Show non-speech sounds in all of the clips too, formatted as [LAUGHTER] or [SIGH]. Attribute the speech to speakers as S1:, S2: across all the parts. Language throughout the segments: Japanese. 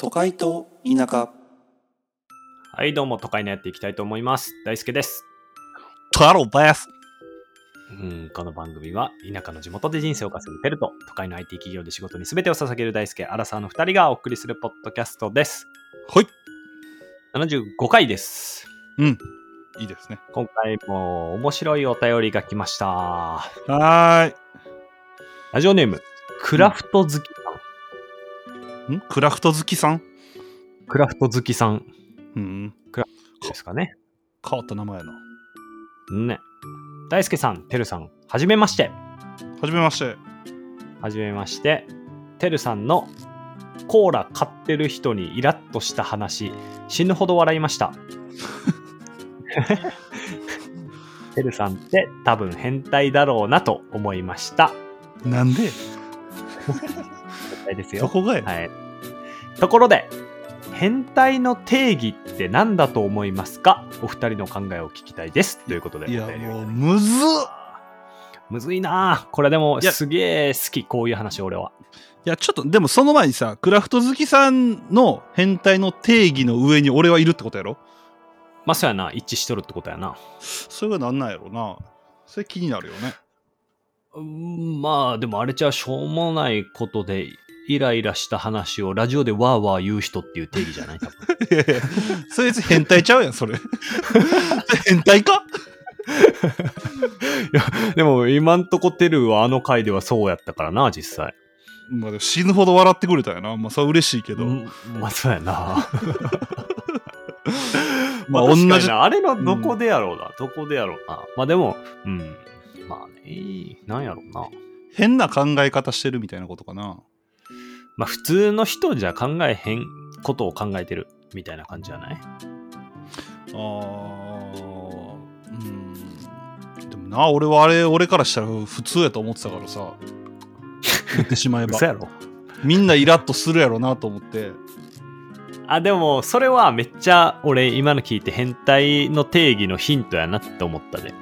S1: 都会と田舎
S2: はい、どうも、都会のやっていきたいと思います。大輔です。
S3: 太郎です。
S2: うん、この番組は、田舎の地元で人生を稼ぐペルと、都会の IT 企業で仕事に全てを捧げる大輔、アラサーの2人がお送りするポッドキャストです。
S3: はい。
S2: 75回です。
S3: うん。いいですね。
S2: 今回も面白いお便りが来ました。
S3: は
S2: ラジオネーム、クラフト好きさん。
S3: ーい。んクラフト好きさん
S2: クラフト好きさん
S3: うん。
S2: ですかね。
S3: 変わった名前やな。
S2: ね。大輔さん、てるさん、はじめまして。
S3: はじめまして。
S2: はじめまして。てるさんのコーラ買ってる人にイラッとした話、死ぬほど笑い
S3: [LAUGHS]
S2: ました。てるさんって多分変態だろうなと思いました。
S3: なんで
S2: 変態です
S3: ど
S2: よ。
S3: こがや、
S2: はい。ところで、変態の定義って何だと思いますかお二人の考えを聞きたいです。ということで
S3: い、
S2: お
S3: や、
S2: 便りを
S3: もう、むずっ
S2: むずいなあこれでも
S3: いや
S2: すげえ好き、こういう話俺は。
S3: いや、ちょっと、でもその前にさ、クラフト好きさんの変態の定義の上に俺はいるってことやろ
S2: まあ、そうやな、一致しとるってことやな。
S3: それがなんなんやろな。それ気になるよ [LAUGHS] ね。
S2: うんまあでもあれじゃしょうもないことでイライラした話をラジオでわーわー言う人っていう定義じゃない多分
S3: いやいやそれ別に変態ちゃうやん、それ。 [LAUGHS] 変態か
S2: [LAUGHS] でも今んとこテルはあの回ではそうやったからな実際
S3: まあでも死ぬほど笑ってくれたよな。まあ、それは嬉しいけど。
S2: まあそうやな
S3: まあ、
S2: 確か
S3: 同
S2: にな
S3: じ。
S2: あれのどこでやろうな、どこでやろうなまあでもうんまあねなんやろうな
S3: 変な考え方してるみたいなことかな。
S2: まあ普通の人じゃ考えへんことを考えてるみたいな感じじゃない
S3: あーうんでもな俺はあれ俺からしたら普通やと思ってたからさ言ってしまえば
S2: [LAUGHS] 嘘やろ
S3: みんなイラッとするやろなと思って
S2: あでもそれはめっちゃ俺今の聞いて変態の定義のヒントやなって思ったで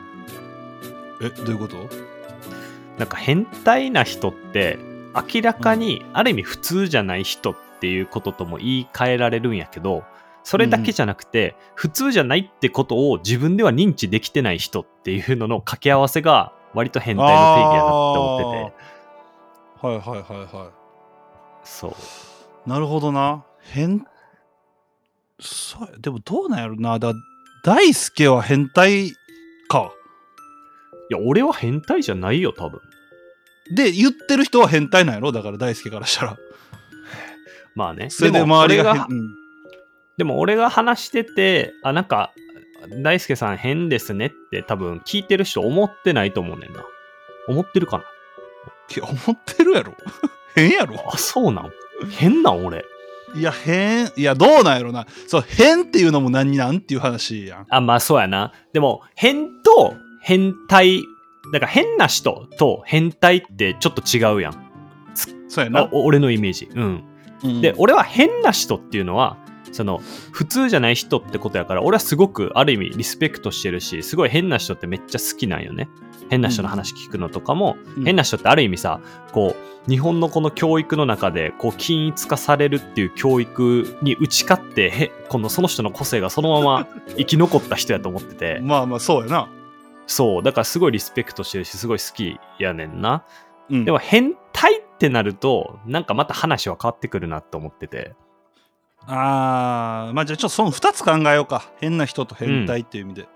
S3: えどういうこと
S2: なんか変態な人って明らかにある意味普通じゃない人っていうこととも言い換えられるんやけどそれだけじゃなくて普通じゃないってことを自分では認知できてない人っていうのの掛け合わせが割と変態の定義やなって思ってて
S3: あーはいはいはいは
S2: そう
S3: いなるほどな変そうやでもどうなんやろなだ大輔は変態か
S2: いや俺は変態じゃないよ多分
S3: で言ってる人は変態なんやろだから大輔からしたら
S2: まあね
S3: それで周り
S2: でも
S3: が
S2: 俺
S3: 変うん
S2: でも俺が話してて、あ、なんか、大輔さん変ですねって多分聞いてる人思ってないと思うねんな。思ってるかない
S3: や思ってるやろ [LAUGHS] 変やろ
S2: あ、そうなん変なん俺。
S3: いや、変、いや、どうなんやろな。そう、変っていうのも何なんっていう話やん。
S2: あ、まあそうやな。でも、変と変態、だから変な人と変態ってちょっと違うやん。
S3: そうや
S2: あ
S3: な。
S2: お俺のイメージ。うん。
S3: うん
S2: で、俺は変な人っていうのは、その、普通じゃない人ってことやから、俺はすごくある意味リスペクトしてるし、すごい変な人ってめっちゃ好きなんよね。変な人の話聞くのとかも、
S3: うん
S2: 変な人ってある意味さ、こう、日本のこの教育の中で、こう、均一化されるっていう教育に打ち勝って、へこのその人の個性がそのまま [LAUGHS] 生き残った人やと思ってて。
S3: まあまあ、そうやな。
S2: そう、だからすごいリスペクトしてるし、すごい好きやねんな。
S3: うん
S2: でも変態ってなると、なんかまた話は変わってくるなって思ってて。
S3: あー、まあじゃあちょっとその2つ考えようか。変な人と変態っていう意味で。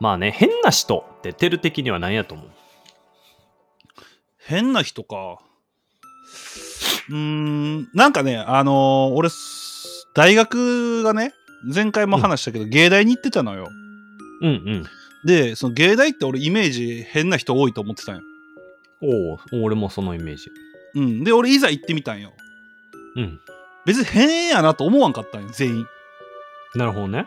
S2: まあね、変な人ってテル的には何やと思う
S3: 変な人か。うーん、なんかね、あのー俺、す大学がね、前回も話したけど、芸大に行ってたのよ。
S2: うん
S3: で、その芸大って俺イメージ変な人多いと思ってたんよ。
S2: うん。おお、俺もそのイメージ。
S3: うん。で、俺いざ行ってみたんよ。
S2: うん。
S3: 別に変やなと思わんかったんよ、全員。
S2: なるほどね。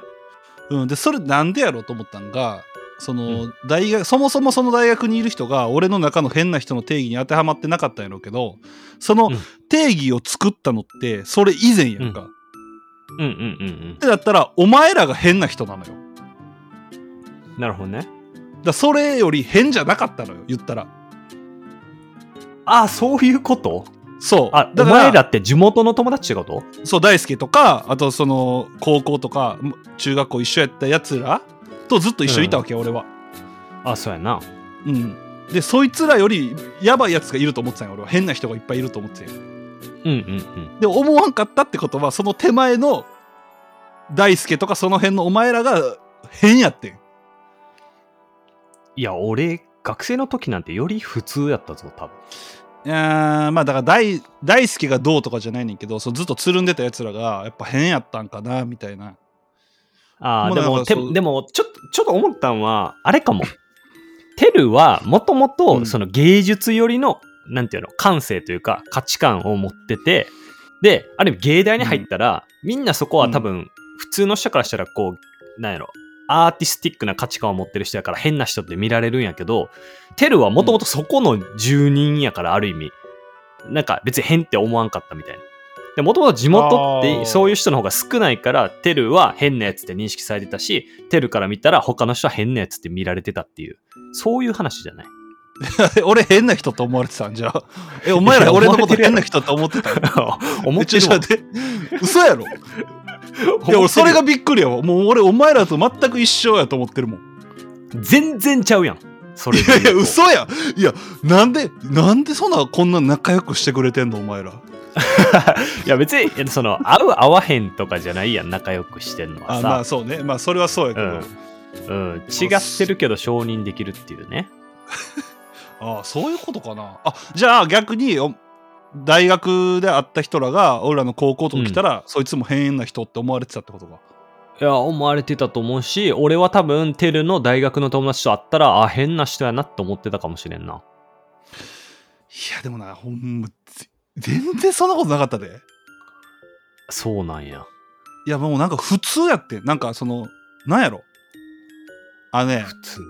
S3: うん、でそれなんでやろうと思ったんがその、
S2: う
S3: 大学そもそもその大学にいる人が俺の中の変な人の定義に当てはまってなかったんやろうけどその
S2: うん
S3: 定義を作ったのってそれ以前やんか。
S2: う
S3: っ
S2: うんうんうん
S3: てだったらお前らが変な人なのよ。
S2: うん。なるほどね。
S3: だからそれより変じゃなかったのよ言ったら。
S2: ああ、そういうこと
S3: そう
S2: あ、お
S3: だから
S2: 前らって地元の友達ってこと
S3: そう大輔とかあとその高校とかむ中学校一緒やったやつらとずっと一緒にいたわけよ、俺は
S2: あ、そうやな。
S3: うんでそいつらよりやばいやつがいると思ってたんよ俺は変な人がいっぱいいると思ってたんよ
S2: うんうんうん。
S3: で思わんかったってことはその手前の大輔とかその辺のお前らが変やってん
S2: いや、俺、学生の時なんてより普通やったぞ、多分。
S3: いやーまあだから大大輔がどうとかじゃないねんけどそうずっとつるんでたやつらがやっぱ変やったんかなみたいな [LAUGHS] も
S2: ああ、
S3: うな
S2: で
S3: んか
S2: も、て
S3: そう
S2: でも、ちょっと、ちょっと思ったんは、あれかも。テルは、もとも
S3: う
S2: と、
S3: ん
S2: その芸術寄りの、なんていうの、感性というか、価値観を持ってて、で、ある意味、芸大に入ったら、みんなそこは多分、普通の人からしたら、こう、なんやろ、アーティスティックな価値観を持ってる人やから、変な人って見られるんやけど、テルはもともとそこの住人やから、ある意味、なんか別に変って思わんかったみたいな。で、もともと地元っ
S3: あー
S2: てそういう人の方が少ないから、テルは変なやつって認識されてたし、テルから見たら他の人は変なやつって見られてたっていう、そういう
S3: [LAUGHS]
S2: 話じゃない。
S3: え俺変な人と思われてたんじゃあえお前ら俺のこと変な人と思ってたの
S2: 思っ
S3: ち
S2: てる
S3: ょ
S2: わ
S3: っと待って嘘やろいや俺それがびっくりやわもう俺お前らと全く一緒やと思ってるもん
S2: 全然ちゃうやん。それ
S3: いやいや嘘
S2: い
S3: やいやなんでなんでそんなこんな仲良くしてくれてんのお前ら
S2: や別に、いやその、合う合わへんとかじゃないやん、仲良くしてんのは
S3: あ
S2: さ。
S3: まあそうねまあそれはそうやけど、
S2: うん。うん。違ってるけど承認できるっていうね。
S3: ああそういうことかなあじゃあ逆にお大学で会った人らが俺らの高校とか来たら、そいつも変な人って思われてたってことか
S2: いや、思われてたと思うし、俺は多分、テルの大学の友達と会ったら、あ、変な人やなって思ってたかもしれんな。
S3: いやでもなほんまぜ全然そんなことなかったで
S2: そうなんや。
S3: いやもうなんか普通やってんなんかそのなんやろあのね
S2: 普通。うん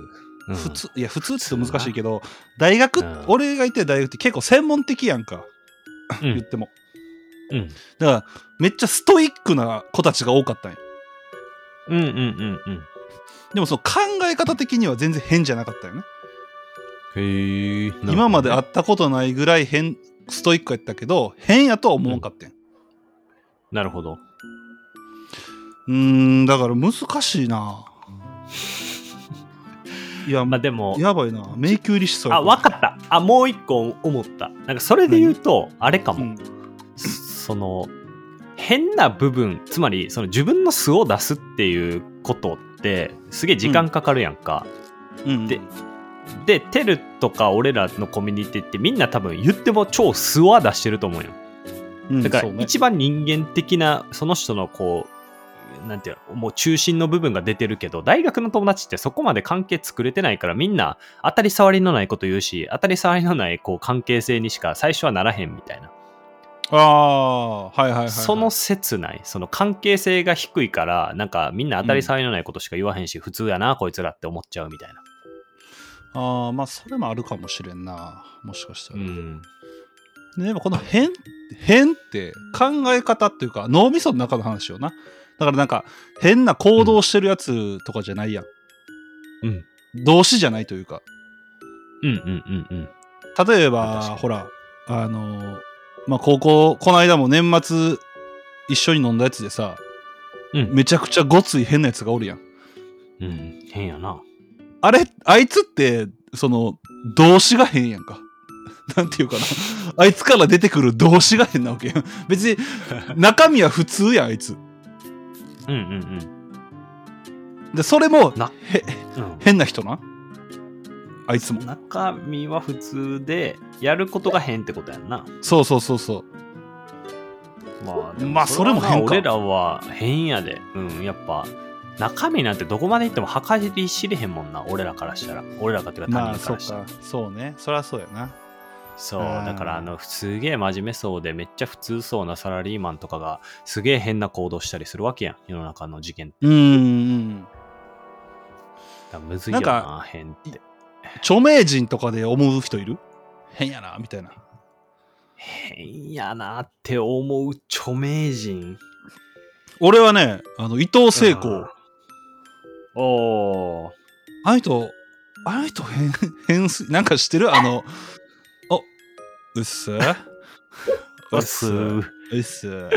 S3: 普通いや普通って言うと難しいけど大学、
S2: うん
S3: 俺が行ってる大学って結構専門的やんか、
S2: うん
S3: 言っても
S2: うん。
S3: だからめっちゃストイックな子たちが多かったんよ
S2: うんうんうんうん。
S3: でもその考え方的には全然変じゃなかったよね
S2: へえ。
S3: 今まで
S2: あ
S3: 会ったことないぐらい変ストイックやったけど変やとは思わんかったん
S2: なるほど。
S3: うーんだから難しいないや、
S2: まあでも、
S3: やばいな迷宮入りしそうや
S2: あ、わかった。あ、もう一個思った。なんかそれで言うと、あれかも。その、変な部分、つまり、その自分の素を出すっていうことって、すげえ時間かかるやんか。
S3: うんうん
S2: でで、テルとか俺らのコミュニティってみんな多分言っても超素は出してると思うよ。
S3: うん
S2: だか
S3: そ
S2: ら
S3: うね
S2: 一番人間的なその人のこう、なんていうの、もう中心の部分が出てるけど、大学の友達ってそこまで関係作れてないからみんな当たり障りのないこと言うし、当たり障りのないこう関係性にしか最初はならへんみたいな。
S3: ああーはいはいはい、はい、
S2: その切ない、その関係性が低いから、なんかみんな当たり障りのないことしか言わへんし、普通やな、こいつらって思っちゃうみたいな。
S3: ああまあそれもあるかもしれんなもしかした
S2: う
S3: ら、
S2: ん。
S3: ででもこの変変って考え方っていうか脳みその中の話よなだからなんか変な行動してるやつとかじゃないやん、
S2: うん、
S3: 動詞じゃないというか
S2: うんうんうんうん。
S3: 例え
S2: 確か
S3: ば
S2: に
S3: ほらあのまあ高校この間も年末一緒に飲んだやつでさ、
S2: うん
S3: めちゃくちゃごつい変なやつがおるやん
S2: うん、変やな。
S3: あれあいつってその動詞が変やんか [LAUGHS] なんていうかなあいつから出てくる動詞が変なわけやん [LAUGHS] 別に中身は普通やんあいつ
S2: うんうん
S3: でそれも
S2: な
S3: へ
S2: うん。
S3: 変な人なあいつも
S2: 中身は普通で、やることが変ってことやんな。
S3: そうそうそうそう
S2: まあ、
S3: まあ
S2: はな
S3: それも変か
S2: 俺らは変やで。うん、やっぱ、中身なんてどこまでいっても計り知れへんもんな、俺らからしたら。俺らかっていうか他
S3: まあ
S2: 人か
S3: そう
S2: らしたら。
S3: かそうねそりゃそうやな
S2: そう、
S3: うん
S2: だから、あの、すげえ真面目そうで、めっちゃ普通そうなサラリーマンとかが、すげえ変な行動したりするわけやん、世の中の事件。
S3: うんうん
S2: だからむずいよな、
S3: なん
S2: 変って。
S3: 著名人とかで思う人いる変やなみたいな
S2: 変やなって思う著名人。
S3: 俺はねあの伊藤聖子
S2: うんおー。
S3: あの人あの [LAUGHS]
S2: [LAUGHS]
S3: 人変変すなんかしてるあのあうっせ
S2: おっすー。
S3: うっす。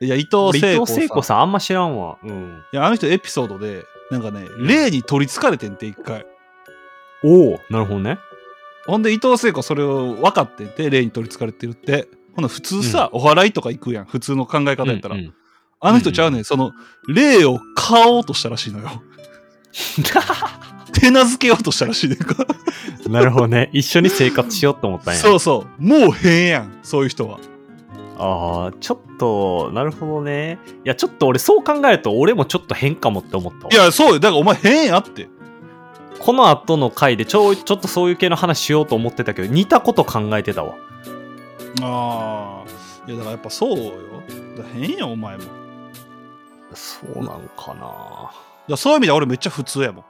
S3: いや、伊藤
S2: 俺伊
S3: 聖子
S2: 藤
S3: さん。
S2: 聖子さんあんま知らんわ。うん。
S3: いや、あの人エピソードで、なんかね、霊に取りつかれてんって、一回。
S2: おお。なるほどね。
S3: ほんで伊藤聖子それを分かってて霊に取りつかれてるってほな普通さ、お祓いとか行くやん普通の考え方やったら、
S2: うんうん
S3: あの人ちゃうねん、その霊を買おうとしたらしいの
S2: [LAUGHS]
S3: よ手なずけようとしたらしいねんか
S2: なるほどね。一緒に生活しようと思ったんや。
S3: そうそうもう変やんそういう人は
S2: ああ、ちょっと、なるほどね。いや、ちょっと俺、そう考えると、俺もちょっと変かもって思ったわ
S3: いやそうよだからお前変やって
S2: この後の回でちょ、ちょっとそういう系の話しようと思ってたけど、似たこと考えてたわ。
S3: ああいやだからやっぱそうよだから変やんお前もだか
S2: そうなんかな。
S3: らそういう意味では俺めっちゃ普通やも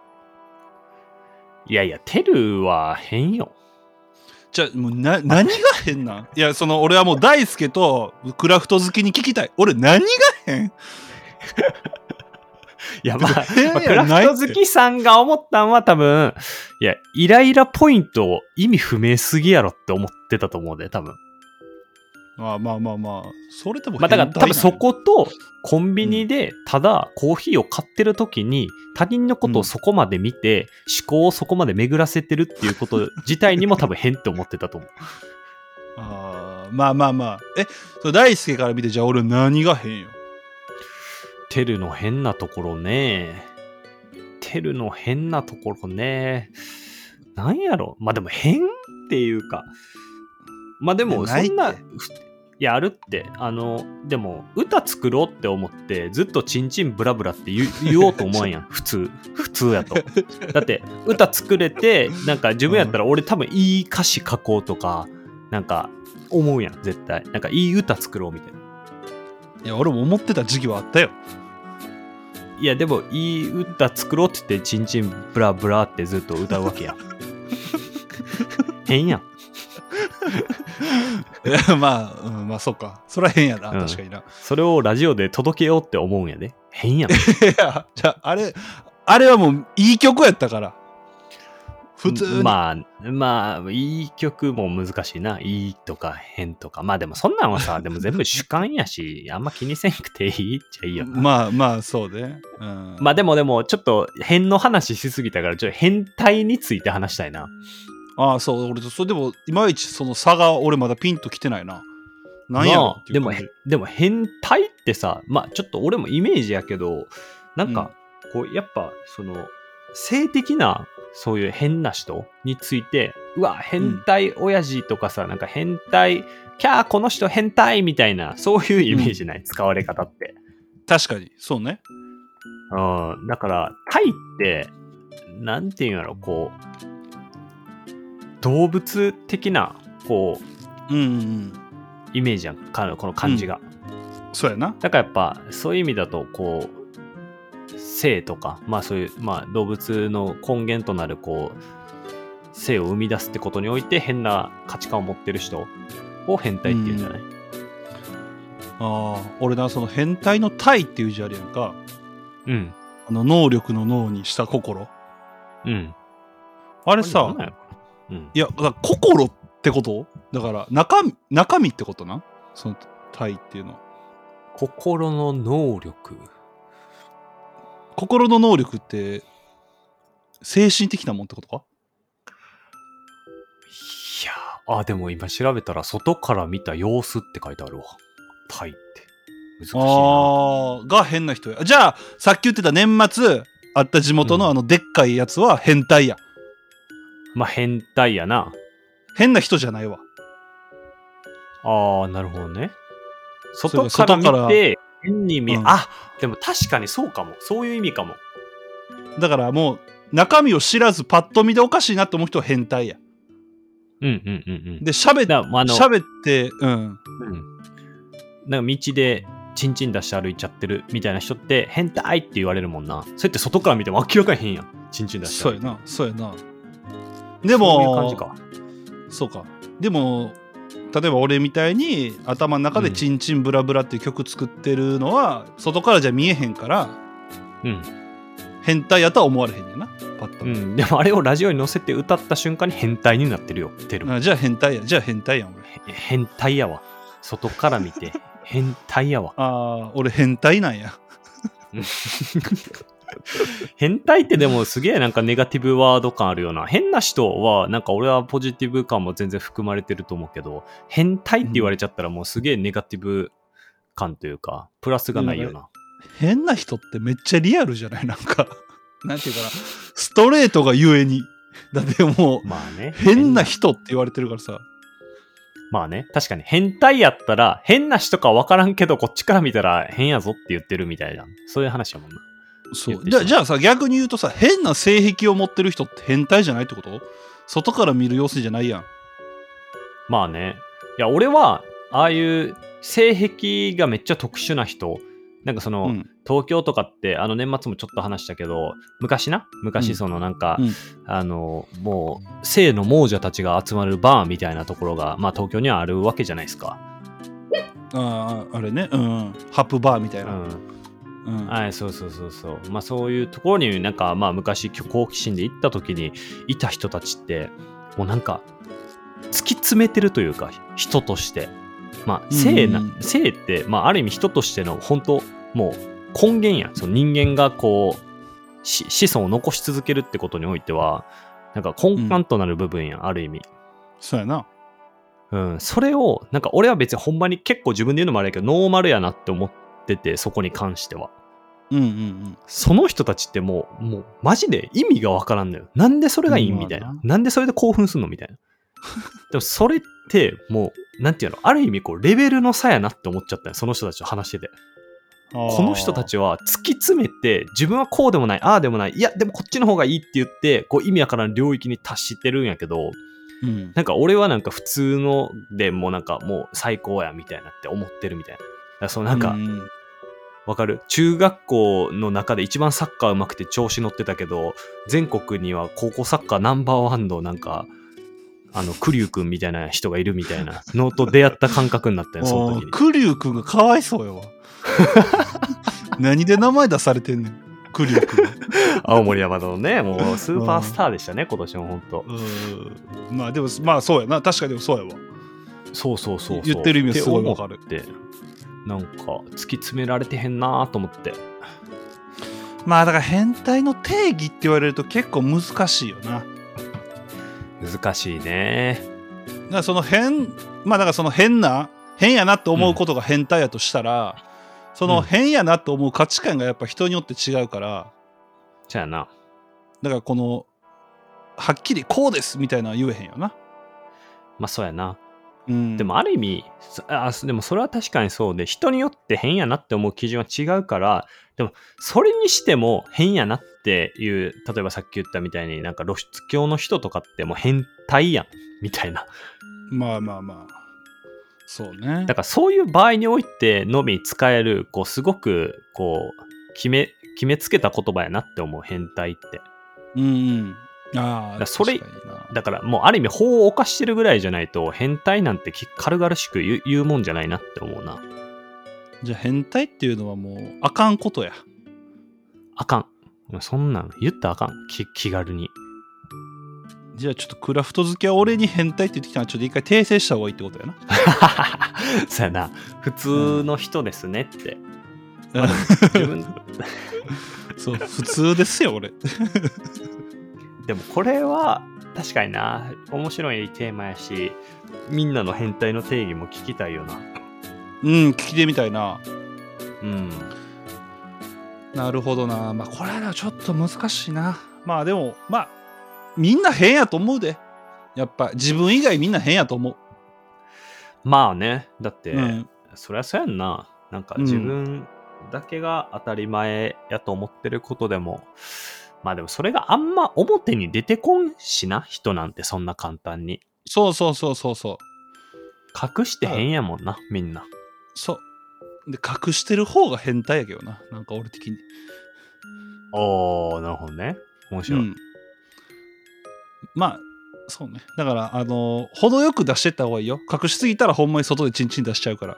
S3: ん
S2: いやいや、テルは変よ。
S3: じゃあもう
S2: [LAUGHS]
S3: な何が変なんいやその俺はもう大輔とクラフト好きに聞きたい俺何が変
S2: いや、まあ、
S3: 変
S2: まあ
S3: や
S2: クラ
S3: ない
S2: フ
S3: っ
S2: ト
S3: て
S2: 好きさんが思ったんは多分、いや、イライラポイントを意味不明すぎやろって思ってたと思うで、多分。
S3: まあまあまあまあ、それでも
S2: まあ、だから多分そ
S3: 変態
S2: ことコンビニでただコーヒーを買ってる時に他人のことをそこまで見て思考をそこまで巡らせてるっていうこと自体にも多分変って思ってたと思う。
S3: なんやあーまあまあまあ。え、それ大輔から見て、じゃあ俺何が変よ。
S2: テルの変なところね。テルの変なところね。なんやろまあでも変っていうか。まあでも
S3: いやな
S2: そ
S3: いって
S2: んな、ふいやあるって、あの、でも歌作ろうって思ってずっとチンチンブラブラって言う言おうと思わ
S3: [LAUGHS]
S2: んやん。普通。普通やと。だって歌作れて、なんか自分やったら俺多分いい歌詞書こうとか、なんか思うやん、絶対。なんかいい歌作ろうみたいな。
S3: いや、俺も思ってた時期はあったよ。 [LAUGHS]
S2: いやでもいい歌作ろうって言って「チンチンブラブラ」ってずっと歌うわけやん変やん
S3: いやまあ、うん、まあそうか。それは変やな、
S2: うん
S3: 確かにな。い
S2: それをラジオで届けようって思うんやで変やん
S3: や、じゃああれ、あれはもういい曲やったから。普通に。
S2: まあまあいい曲も難しいないいとか変とかまあでもそんなんはさでも全部主観やしあんま気にせんくていいっちゃいいよな、ま
S3: まあまあ、そうね。うん、
S2: あでもでもちょっと変の話しすぎたからちょっと変態について話したいな
S3: ああ、そう、俺、それでも、いまいちその差が俺まだピンときてないな。なんやろ
S2: まあ
S3: ってい
S2: で
S3: う
S2: も
S3: 感じ
S2: へでも変態ってさまあちょっと俺もイメージやけどなんかこうやっぱその性的なそういう変な人についてうわ変態親父とかさ、なんか変態キャーこの人変態みたいなそういうイメージない、使われ方って
S3: 確かに、そうね。
S2: うん、だから、タイって、なんていうんやろ、こう、動物的な、こう、
S3: うんうんうん。
S2: イメージやんか、この感じが。
S3: そうやな。
S2: だからやっぱそういう意味だとこう性とかまあそういう、まあ、動物の根源となるこう性を生み出すってことにおいて変な価値観を持ってる人を変態っていうんじゃない、
S3: ああ俺なその変態の「体」っていう字あるやんか
S2: うん、
S3: あの能力の脳にした心
S2: うん
S3: あ
S2: あ
S3: れ
S2: な
S3: さ
S2: んなんやろうん
S3: いやだから心ってことだから中身中身ってことなその「体」っていうのは
S2: 心の能力
S3: 心の能力って精神的なもんってことか
S2: いやーあでも今調べたら外から見た様子って書いてあるわタイって難しい
S3: あ
S2: な
S3: ーが変な人やじゃあさっき言ってた年末あった地元
S2: う
S3: の
S2: ん
S3: あのでっかいやつは変態や、
S2: まあ変態やな
S3: 変な人じゃないわ
S2: ああ、なるほどね。
S3: れが
S2: 外から
S3: 外から
S2: 見て、変に見え、
S3: うん
S2: あでも確かにそうかも。そういう意味かも。
S3: だからもう中身を知らずパッと見でおかしいなと思う人は変態や
S2: うんうんうんうん。
S3: で喋っ
S2: だからあの、
S3: 喋ってうん
S2: うんなんか道で、チンチン出して歩いちゃってるみたいな人って、変態って言われるもんな。それって外から見ても明らかに変やん。チンチン出して
S3: そう
S2: 歩
S3: や
S2: いてる。
S3: なそうやなで
S2: そういう
S3: も
S2: 感じか。
S3: そうかでも例えば俺みたいに頭の中で
S2: う
S3: 「
S2: ん
S3: チンチンブラブラ」っていう曲作ってるのは外からじゃ見えへんから
S2: うん。
S3: 変態やとは思われへんねんなパッと、
S2: うん、でもあれをラジオに載せて歌った瞬間に変態になってるよテルマ
S3: あじゃあ変態やじゃあ変態やん俺
S2: へ変態やわ外から見て変態やわ
S3: あー俺変態なんや
S2: 変態ってでもすげえなんかネガティブワード感あるような変な人はなんか俺はポジティブ感も全然含まれてると思うけど変態って言われちゃったらもうすげえネガティブ感というかプラスがないような
S3: 変な人ってめっちゃリアルじゃないなんかなんていうかなストレートがゆえにだってもう
S2: まあね
S3: 変な人って言われてるからさ
S2: まあね、確かに変態やったら、変な人か分からんけど、こっちから見たら変やぞって言ってるみたいな、そういう話やもんな。
S3: そ
S2: 言っ
S3: う
S2: て
S3: じ
S2: し
S3: ゃ
S2: まう
S3: あじゃあさ逆に言うとさ変な性癖を持ってる人って変態じゃないってこと外から見る様子じゃないやん
S2: まあね。いや、俺は、ああいう性癖がめっちゃ特殊な人、なんかその、
S3: うん
S2: 東京とかって、あの年末もちょっと話したけど、昔な、
S3: うん
S2: 昔そのなんか、
S3: うん
S2: あの、もう、性の亡者たちが集まるバーみたいなところが、まあ東京にはあるわけじゃないですか。
S3: あーあれねうんハプバーみた
S2: う
S3: いな、
S2: ん。
S3: うん
S2: はい、そうそうそうそう。まあそういうところに、なんかまあ昔好奇心で行った時にいた人たちって、もうなんか突き詰めてるというか、人として。まあ性な、
S3: うん
S2: 性って、まあある意味人としての本当もう根源やん。その人間がこう、し子孫を残し続けるってことにおいては、なんか根幹となる部分やん、ある意味。
S3: そうやな
S2: うん、それを、なんか俺は別にほんまに結構自分で言うのもあれやけど、ノーマルやなって思ってて、そこに関しては。
S3: うんうんうん
S2: その人たちってもう、もう、マジで意味がわからんのよ。なんでそれがいいんみたい
S3: まあ
S2: な
S3: な。
S2: なんでそれで興奮すんのみ
S3: [LAUGHS]
S2: たいな。でも、それって、もう、なんていうの、ある意味、こう、レベルの差やなって思っちゃったよ。その人たちと話してて。この人たちは突き詰めて、自分はこうでもない、ああでもない、いや、でもこっちの方がいいって言って、こう、意味わからん領域に達してるんやけど、
S3: うん
S2: なんか俺はなんか普通のでもうなんかもう最高やみたいなって思ってるみたいな。だからそのなんか、
S3: ううん
S2: わかる中学校の中で一番サッカーうまくて調子乗ってたけど全国には高校サッカーナンバーワンのなんかあの栗生君みたいな人がいるみたいなのと出会った感覚にな [LAUGHS] ったよその時
S3: あー
S2: に
S3: クリュウ君がかわいそうや
S2: [LAUGHS]
S3: わ何で名前出されてんねんクリュウ君
S2: 青森山田のねもうスーパースターでしたね今年も本当
S3: うんまあでもまあそうやな確かにそうやわ
S2: そうそうそうそう
S3: 言ってる意味はすごいわか
S2: っ
S3: る
S2: て思ってなんか突き詰められてへんなーと思って
S3: まあだから変態の定義って言われると結構難しいよなだか
S2: 難しいね
S3: らその変まあだからその変な変やなって思うことが変態やとしたら、その変やなって思う価値観がやっぱ人によって違うから
S2: じゃあな
S3: だからこのはっきりこうですみたいなのは言えへんよな、
S2: まあそうやな
S3: うん、
S2: でもある意味そあそでもそれは確かにそうで人によって変やなって思う基準は違うからでもそれにしても変やなっていう例えばさっき言ったみたいになんか露出狂の人とかってもう変態やんみた
S3: [LAUGHS]
S2: いな
S3: まあまあまあそうね
S2: だからそういう場合においてのみ使えるこうすごくこう決め決めつけた言葉やなって思う変態って
S3: うんうんあ
S2: だか
S3: あ
S2: らそれ
S3: 確かにな
S2: だからもうある意味法を犯してるぐらいじゃないと変態なんてき軽々しく言う言うもんじゃないなって思うな
S3: じゃあ変態っていうのはもうあかんことや
S2: あかんそんなん言ったらあかんき気軽に [LAUGHS]
S3: じゃあちょっとクラフト好きは俺に変態って言ってきたのはちょっと一回訂正した方がいいってことやな。
S2: そうやな普通の人ですねって、 [LAUGHS] まあ
S3: [LAUGHS]
S2: でも自分
S3: そう普通ですよ俺。
S2: でもこれは確かにな面白いテーマやしみんなの変態の定義も聞きたいよな
S3: うん聞いてみたいな。
S2: うん
S3: なるほどな。まあこれはちょっと難しいな。まあでもまあみんな変やと思うで。やっぱ自分以外みんな変やと思う。
S2: まあねだって、
S3: うん、
S2: そりゃそうやんななんか
S3: うん
S2: 自分だけが当たり前やと思ってることでも、まあでもそれがあんま表に出てこんしな人なんてそんな簡単に
S3: そうそうそうそうそう。
S2: 隠してへんやもんな、みんな
S3: そう。で隠してる方が変態やけどな。なんか俺的に。
S2: おーなるほどね面白い、
S3: うん、まあそうねだからあのー程よく出してった方がいいよ隠しすぎたらほんまに外でチンチン出しちゃうから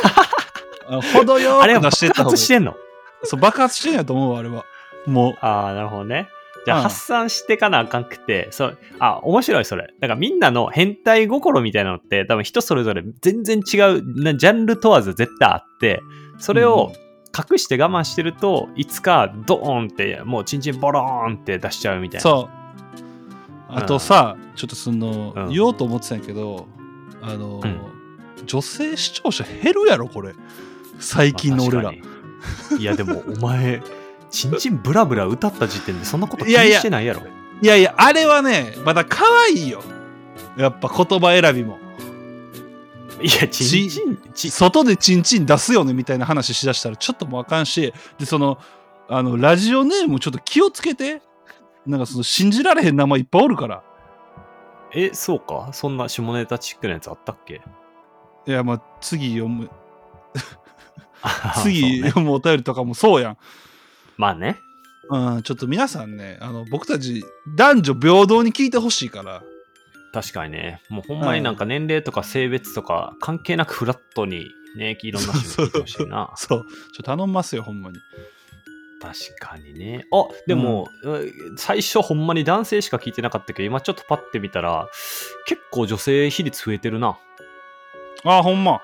S3: [LAUGHS] あ程よ
S2: あれは
S3: く出してっ
S2: 爆
S3: た方がい
S2: 発
S3: い
S2: してんの
S3: そう爆発してんやと思うわあれはも
S2: ああ、なるほどね。じゃ
S3: う
S2: あ
S3: ん
S2: 発散してかなあかんくて、そう、あ、面白いそれ。だからみんなの変態心みたいなのって多分人それぞれ全然違うなジャンル問わず絶対あって、それを隠して我慢してると、いつかドーンってもうチンチンボローンって出しちゃうみた
S3: う
S2: いな。
S3: そうあとさちょっとその、
S2: うん
S3: 言おうと思ってたんやけどあの、
S2: うん
S3: 女性視聴者減るやろこれ最近の俺ら、
S2: まあ確かにいやでもお前、チンチンブラブラ歌った時点でそんなこと気
S3: い
S2: に
S3: やいや
S2: してないやろ。
S3: いやいやあれはねまだ可愛いよやっぱ言葉選びも
S2: いや、チンチン、チン、
S3: 外でチンチン出すよねみたいな話しだしたらちょっともうあかんしでそのあのラジオネームちょっと気をつけてなんかその信じられへん名前いっぱいおるから
S2: え、そうかそんな下ネタチックなやつあったっけ
S3: いやまあ次読む
S2: あー [LAUGHS] そう
S3: 次
S2: ね
S3: 読むお便りとかもそうやん
S2: まあね。
S3: うん、ちょっと皆さんねあの僕たち男女平等に聞いてほしいから
S2: 確かにね、もうほんまになんか年齢とか性別とか関係なくフラットにね、いろ [LAUGHS] んな人に聞いてほしいな。
S3: そうちょっと頼みますよほんまに
S2: 確かにね。あでも、うん最初ほんまに男性しか聞いてなかったけど、今ちょっとパッて見たら、結構女性比率増えてるな。
S3: ああほんま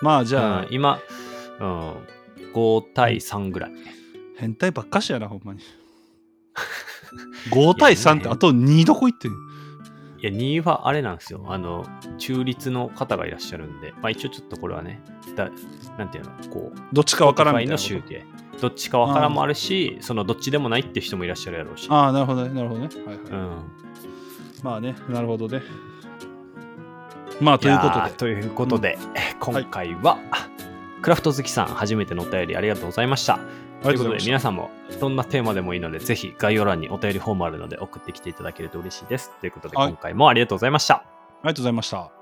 S3: まあじ
S2: じ
S3: ゃあ、
S2: 今、うん、5対3ぐらい。
S3: 変態ばっかしやなほんまに5対3ってあと2どこ行ってん
S2: いや、2はあれなんですよ。あの、中立の方がいらっしゃるんで、まあ一応ちょっとこれはね、だなんていうの、こう、
S3: どっちかわからんみたいな
S2: の
S3: こ
S2: 集
S3: と
S2: 計。どっちかわからんもあるし、そのどっちでもないって人もいらっしゃるやろうし。
S3: ああなるほどねなるほどね、はいはい
S2: うん。
S3: まあねなるほどねまあと
S2: と
S3: い
S2: いうう
S3: こ
S2: ことと
S3: で
S2: で、ということで今回は、クラフト好きさん、初めてのお便りありがとうございました。
S3: あ
S2: とい
S3: りが
S2: う
S3: とうございま
S2: ことで、
S3: した
S2: 皆さんもどんなテーマでもいいので、ぜひ概要欄にお便りフォームあるので送ってきていただけると嬉しいです。ということで、
S3: はい
S2: 今回もありがとうございました。
S3: ありがとうございました